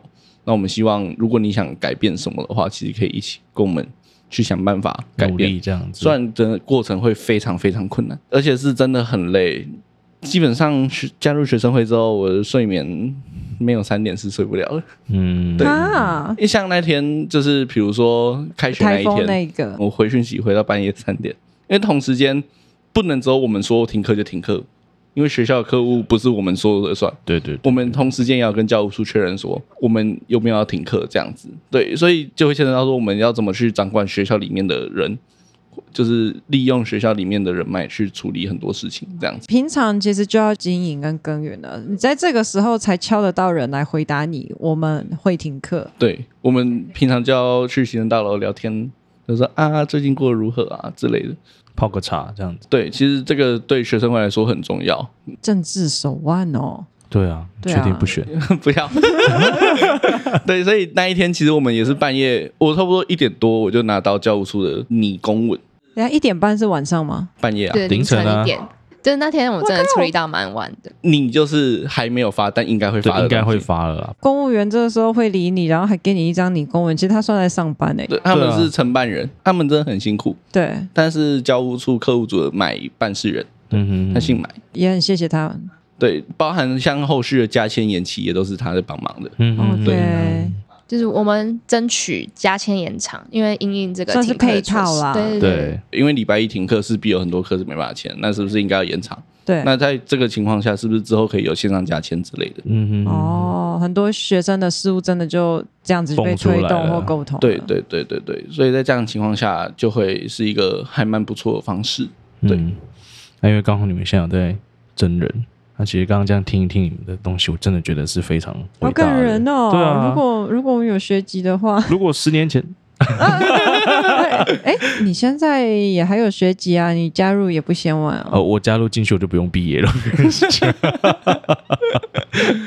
S3: 那我们希望，如果你想改变什么的话，其实可以一起跟我们去想办法改
S1: 努
S3: 变
S1: 力。这样子，
S3: 虽然的过程会非常非常困难，而且是真的很累。基本上学加入学生会之后，我的睡眠没有三点是睡不了的。
S1: 嗯，
S2: 啊，
S3: 因为像那天就是，比如说开学那
S2: 台
S3: 一
S2: 风
S3: 天，
S2: 那个
S3: 我回讯息回到半夜三点，因为同时间不能只有我们说停课就停课，因为学校的课务不是我们说了算，
S1: 对对对
S3: 我们同时间也要跟教务处确认说我们有没有要停课这样子。对，所以就会牵扯到说我们要怎么去掌管学校里面的人，就是利用学校里面的人脉去处理很多事情这样子。
S2: 平常其实就要经营跟耕耘了，你在这个时候才敲得到人来回答你，我们会停课。
S3: 对我们平常就要去行政大楼聊天，就说啊最近过得如何啊之类的。
S1: 泡个茶这样子，
S3: 对，其实这个对学生会来说很重要。
S2: 政治手腕哦，
S1: 对啊，
S2: 对
S1: 确
S2: 啊
S1: 定不选，
S3: 不要。对，所以那一天其实我们也是半夜，我差不多一点多我就拿到教务处的拟公文，
S2: 人家一点半是晚上吗？
S3: 半夜啊，
S4: 对，
S1: 凌
S4: 凌
S1: 晨
S4: 晨
S1: 啊
S4: 一点，就是那天我真的处理到蛮晚的。
S3: 你就是还没有发，但应该会
S1: 对
S3: 发的，
S1: 应该会。发了啦。
S2: 公务员这个时候会理你，然后还给你一张你公文，其实他算在上班哎、
S3: 对，他
S1: 对
S3: 们
S1: 啊
S3: 是承办人，他们真的很辛苦。
S2: 对，
S3: 但是教务处客户组的买办事人，
S1: 嗯哼，
S3: 他姓买，
S2: 也很谢谢他们。
S3: 对，包含像后续的加签延期也都是他在帮忙的。
S1: 嗯
S2: 哦
S1: 哼，，
S2: 对，
S4: 就是我们争取加签延长，因为因应这个
S2: 算是
S4: 停课的
S2: 配
S4: 措施
S2: 套啦
S4: 对对
S1: 对，
S3: 因为礼拜一停课，势必有很多课是没办法签，那是不是应该要延长？
S2: 对，
S3: 那在这个情况下，是不是之后可以有线上加签之类的？
S1: 嗯哼，
S2: 哦，很多学生的事物真的就这样子被
S1: 蹦出
S2: 推
S1: 来
S2: 动
S1: 了
S2: 或沟通了。
S3: 对
S1: 哦
S3: 对对对对，所以在这样的情况下，就会是一个还蛮不错的方式。对
S1: 嗯，那因为刚好你们现在有在真人，那其实刚刚这样听一听你们的东西，我真的觉得是非常
S2: 好
S1: 伟
S2: 感
S1: 大的
S2: 人哦！
S1: 对啊，
S2: 如果如果我们有学籍的话，
S1: 如果十年前，
S2: 哎，你现在也还有学籍啊，你加入也不嫌晚
S1: 呃，
S2: 哦。
S1: 我加入进去我就不用毕业 了。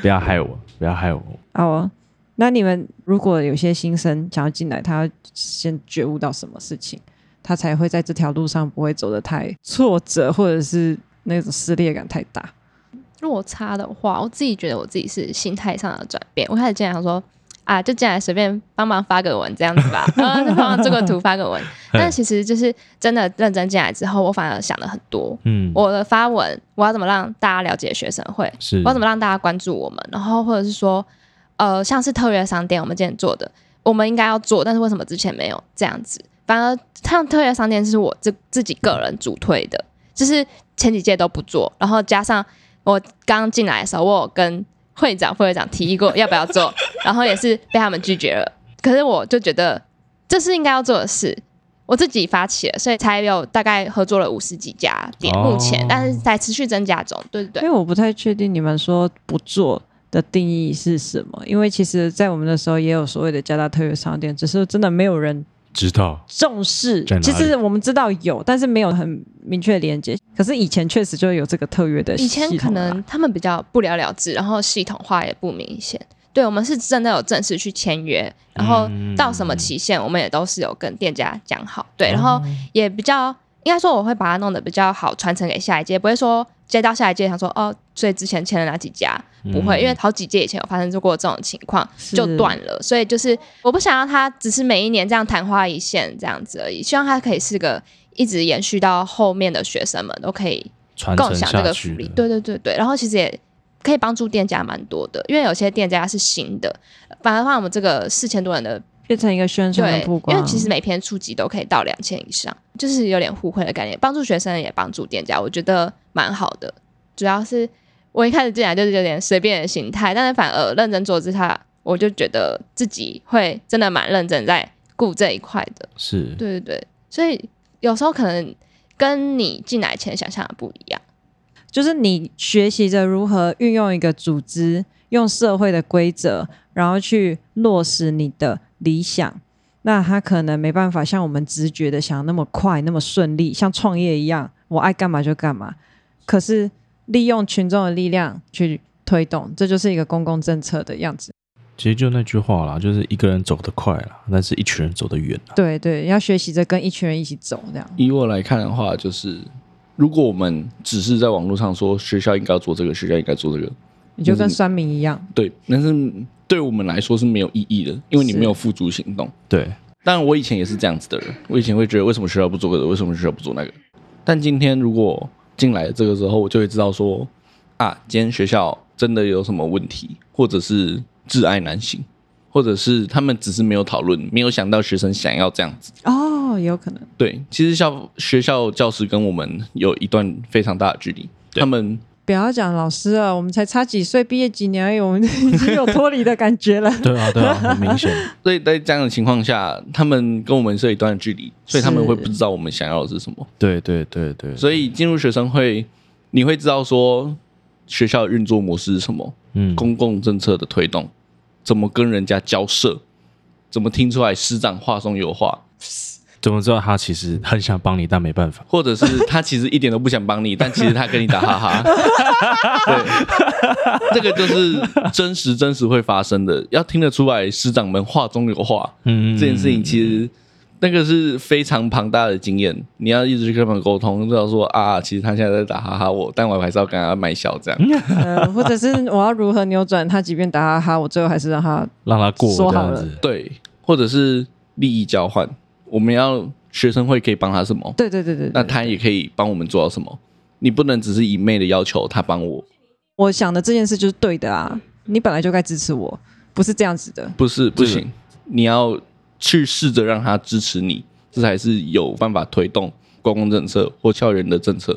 S1: 不要害我，不要害我。
S2: 好哦，那你们如果有些新生想要进来，他先觉悟到什么事情，他才会在这条路上不会走得太挫折，或者是那种撕裂感太大。
S4: 落差的话，我自己觉得我自己是心态上的转变。我开始进来想说啊，就进来随便帮忙发个文这样子吧，啊，就帮忙做个图发个文。但其实就是真的认真进来之后，我反而想了很多。
S1: 嗯，
S4: 我的发文，我要怎么让大家了解学生会？
S1: 是
S4: 我要怎么让大家关注我们？然后或者是说，呃，像是特约商店，我们之前做的，我们应该要做，但是为什么之前没有这样子？反而像特约商店是我自自己个人主推的，就是前几届都不做，然后加上我刚进来的时候，我有跟会长、副会长提议过要不要做，然后也是被他们拒绝了。可是我就觉得这是应该要做的事，我自己发起了，所以才有大概合作了五十几家店，
S1: 哦
S4: 目前但是在持续增加中，对对
S2: 因为
S4: 对，
S2: 我不太确定你们说不做的定义是什么，因为其实，在我们的时候也有所谓的加大特约商店，只是真的没有人
S1: 知道
S2: 重视
S1: 在。哪
S2: 其
S1: 里
S2: 实我们知道有，但是没有很明确的连接。可是以前确实就有这个特约的
S4: 以
S2: 系
S4: 前
S2: 统啦，啊
S4: 可能他们比较不了了之，然后系统化也不明显。对，我们是真的有正式去签约，然后
S1: 嗯
S4: 到什么期限，我们也都是有跟店家讲好。对，
S2: 哦
S4: 然后也比较应该说我会把它弄得比较好，传承给下一届，不会说接到下一届想说哦，所以之前签了哪几家，不会，因为好几届以前有发生过这种情况，
S2: 嗯是
S4: 就断了。所以就是我不想让它只是每一年这样昙花一现这样子而已，希望它可以是个一直延续到后面的学生们都可以
S1: 传
S4: 共
S1: 承
S4: 享这
S1: 下
S4: 个福
S1: 去
S4: 利。
S1: 的
S4: 对对对对，然后其实也可以帮助店家蛮多的，因为有些店家是新的，反而话我们这个四千多人的
S2: 变成一个宣传
S4: 对
S2: 的曝，啊
S4: 因
S2: 光。
S4: 为其实每篇初级都可以到两千以上，就是有点互惠的概念，帮助学生也帮助店家，我觉得蛮好的。主要是我一开始进来就是有点随便的心态，但是反而认真做之下，我就觉得自己会真的蛮认真在顾这一块的。
S1: 是
S4: 对对对，所以有时候可能跟你进来前想象的不一样。
S2: 就是你学习着如何运用一个组织，用社会的规则，然后去落实你的理想。那他可能没办法像我们直觉的想那么快、那么顺利，像创业一样，我爱干嘛就干嘛。可是利用群众的力量去推动，这就是一个公共政策的样子。
S1: 其实就那句话啦，就是一个人走得快啦，但是一群人走得远啦。
S2: 对对，要学习着跟一群人一起走，这样
S3: 以我来看的话，就是如果我们只是在网络上说学校应该要做这个，学校应该做这个，
S2: 你就跟酸民一样。
S3: 对，但是对我们来说是没有意义的，因为你
S2: 是
S3: 没有付诸行动。
S1: 对，
S3: 当然，我以前也是这样子的人，我以前会觉得为什么学校不做这个，为什么学校不做那个。但今天如果进来这个之后，我就会知道说啊，今天学校真的有什么问题，或者是挚爱难行，或者是他们只是没有讨论，没有想到学生想要这样子。
S2: 哦，有可能。
S3: 对，其实校学校教师跟我们有一段非常大的距离，他们
S2: 不要讲老师了，我们才差几岁，毕业几年而已，我们已经有脱离的感觉了。
S1: 对啊，对啊，很明显。
S3: 所以在这样的情况下，他们跟我们是有一段距离，所以他们
S2: 是
S3: 会不知道我们想要的是什么。
S1: 对对对对，
S3: 所以进入学生会，你会知道说学校的运作模式是什么，
S1: 嗯，
S3: 公共政策的推动，怎么跟人家交涉，怎么听出来师长话中有话，
S1: 怎么知道他其实很想帮你，但没办法？
S3: 或者是他其实一点都不想帮你，但其实他跟你打哈哈。对，这个就是真实真实会发生的，要听得出来师长们话中有话。
S1: 嗯，
S3: 这件事情其实那个是非常庞大的经验，你要一直去跟他们沟通，知道说啊，其实他现在在打哈哈我，但我还是要跟他卖笑这样。
S2: 呃，或者是我要如何扭转他，即便打哈哈，我最后还是让他
S1: 让他过
S2: 说
S1: 这
S2: 好
S1: 样
S2: 了
S1: 子。
S3: 对，或者是利益交换，我们要学生会可以帮他什么，
S2: 对对对对
S3: 那
S2: 对。
S3: 他也可以帮我们做到什么。你不能只是一昧的要求他帮我，
S2: 我想的这件事就是对的啊，你本来就该支持我，不是这样子的。
S3: 不是不
S1: 是
S3: 行，你要去试着让他支持你，这才是有办法推动公共政策或校园的政策。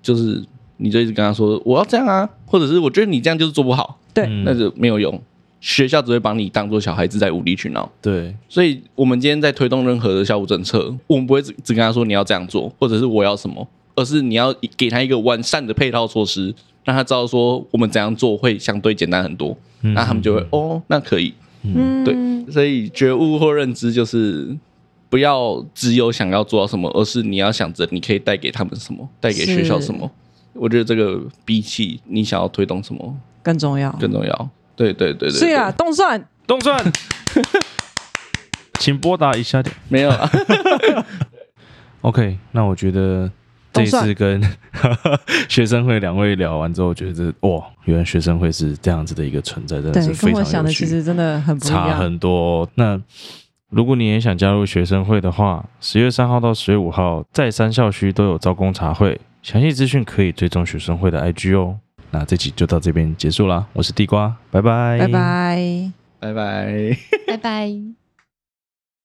S3: 就是你就一直跟他说我要这样啊，或者是我觉得你这样就是做不好，
S2: 对
S1: 嗯
S3: 那就没有用。学校只会把你当做小孩子在无理取闹，
S1: 对，
S3: 所以我们今天在推动任何的校务政策，我们不会只只跟他说你要这样做，或者是我要什么，而是你要给他一个完善的配套措施，让他知道说我们怎样做会相对简单很多，
S1: 嗯
S3: 那他们就会哦，那可以。
S2: 嗯，
S3: 对所以觉悟或认知就是不要只有想要做到什么，而是你要想着你可以带给他们什么，带给学校什么。我觉得这个比起你想要推动什么
S2: 更重要。
S3: 更重要。对对对对
S2: 是啊，
S3: 对，
S2: 动算
S1: 动转，请拨打一下点。
S3: 没有啊，
S1: OK，那我觉得这
S2: 动
S1: 一
S2: 算
S1: 次跟 学生会两位聊完之后，我觉得哇，原来学生会是这样子的一个存在，真的
S2: 对
S1: 是，
S2: 跟
S1: 非常
S2: 我想的
S1: 有
S2: 其
S1: 趣。
S2: 实真的很不一
S1: 差
S2: 样。
S1: 很多哦、那如果你也想加入学生会的话，十月三号到十月五号在三校区都有招工茶会，详细资讯可以追踪学生会的 IG 哦。那这集就到这边结束啦，我是地瓜，拜拜，
S2: 拜拜。
S3: 拜拜。
S4: 拜拜。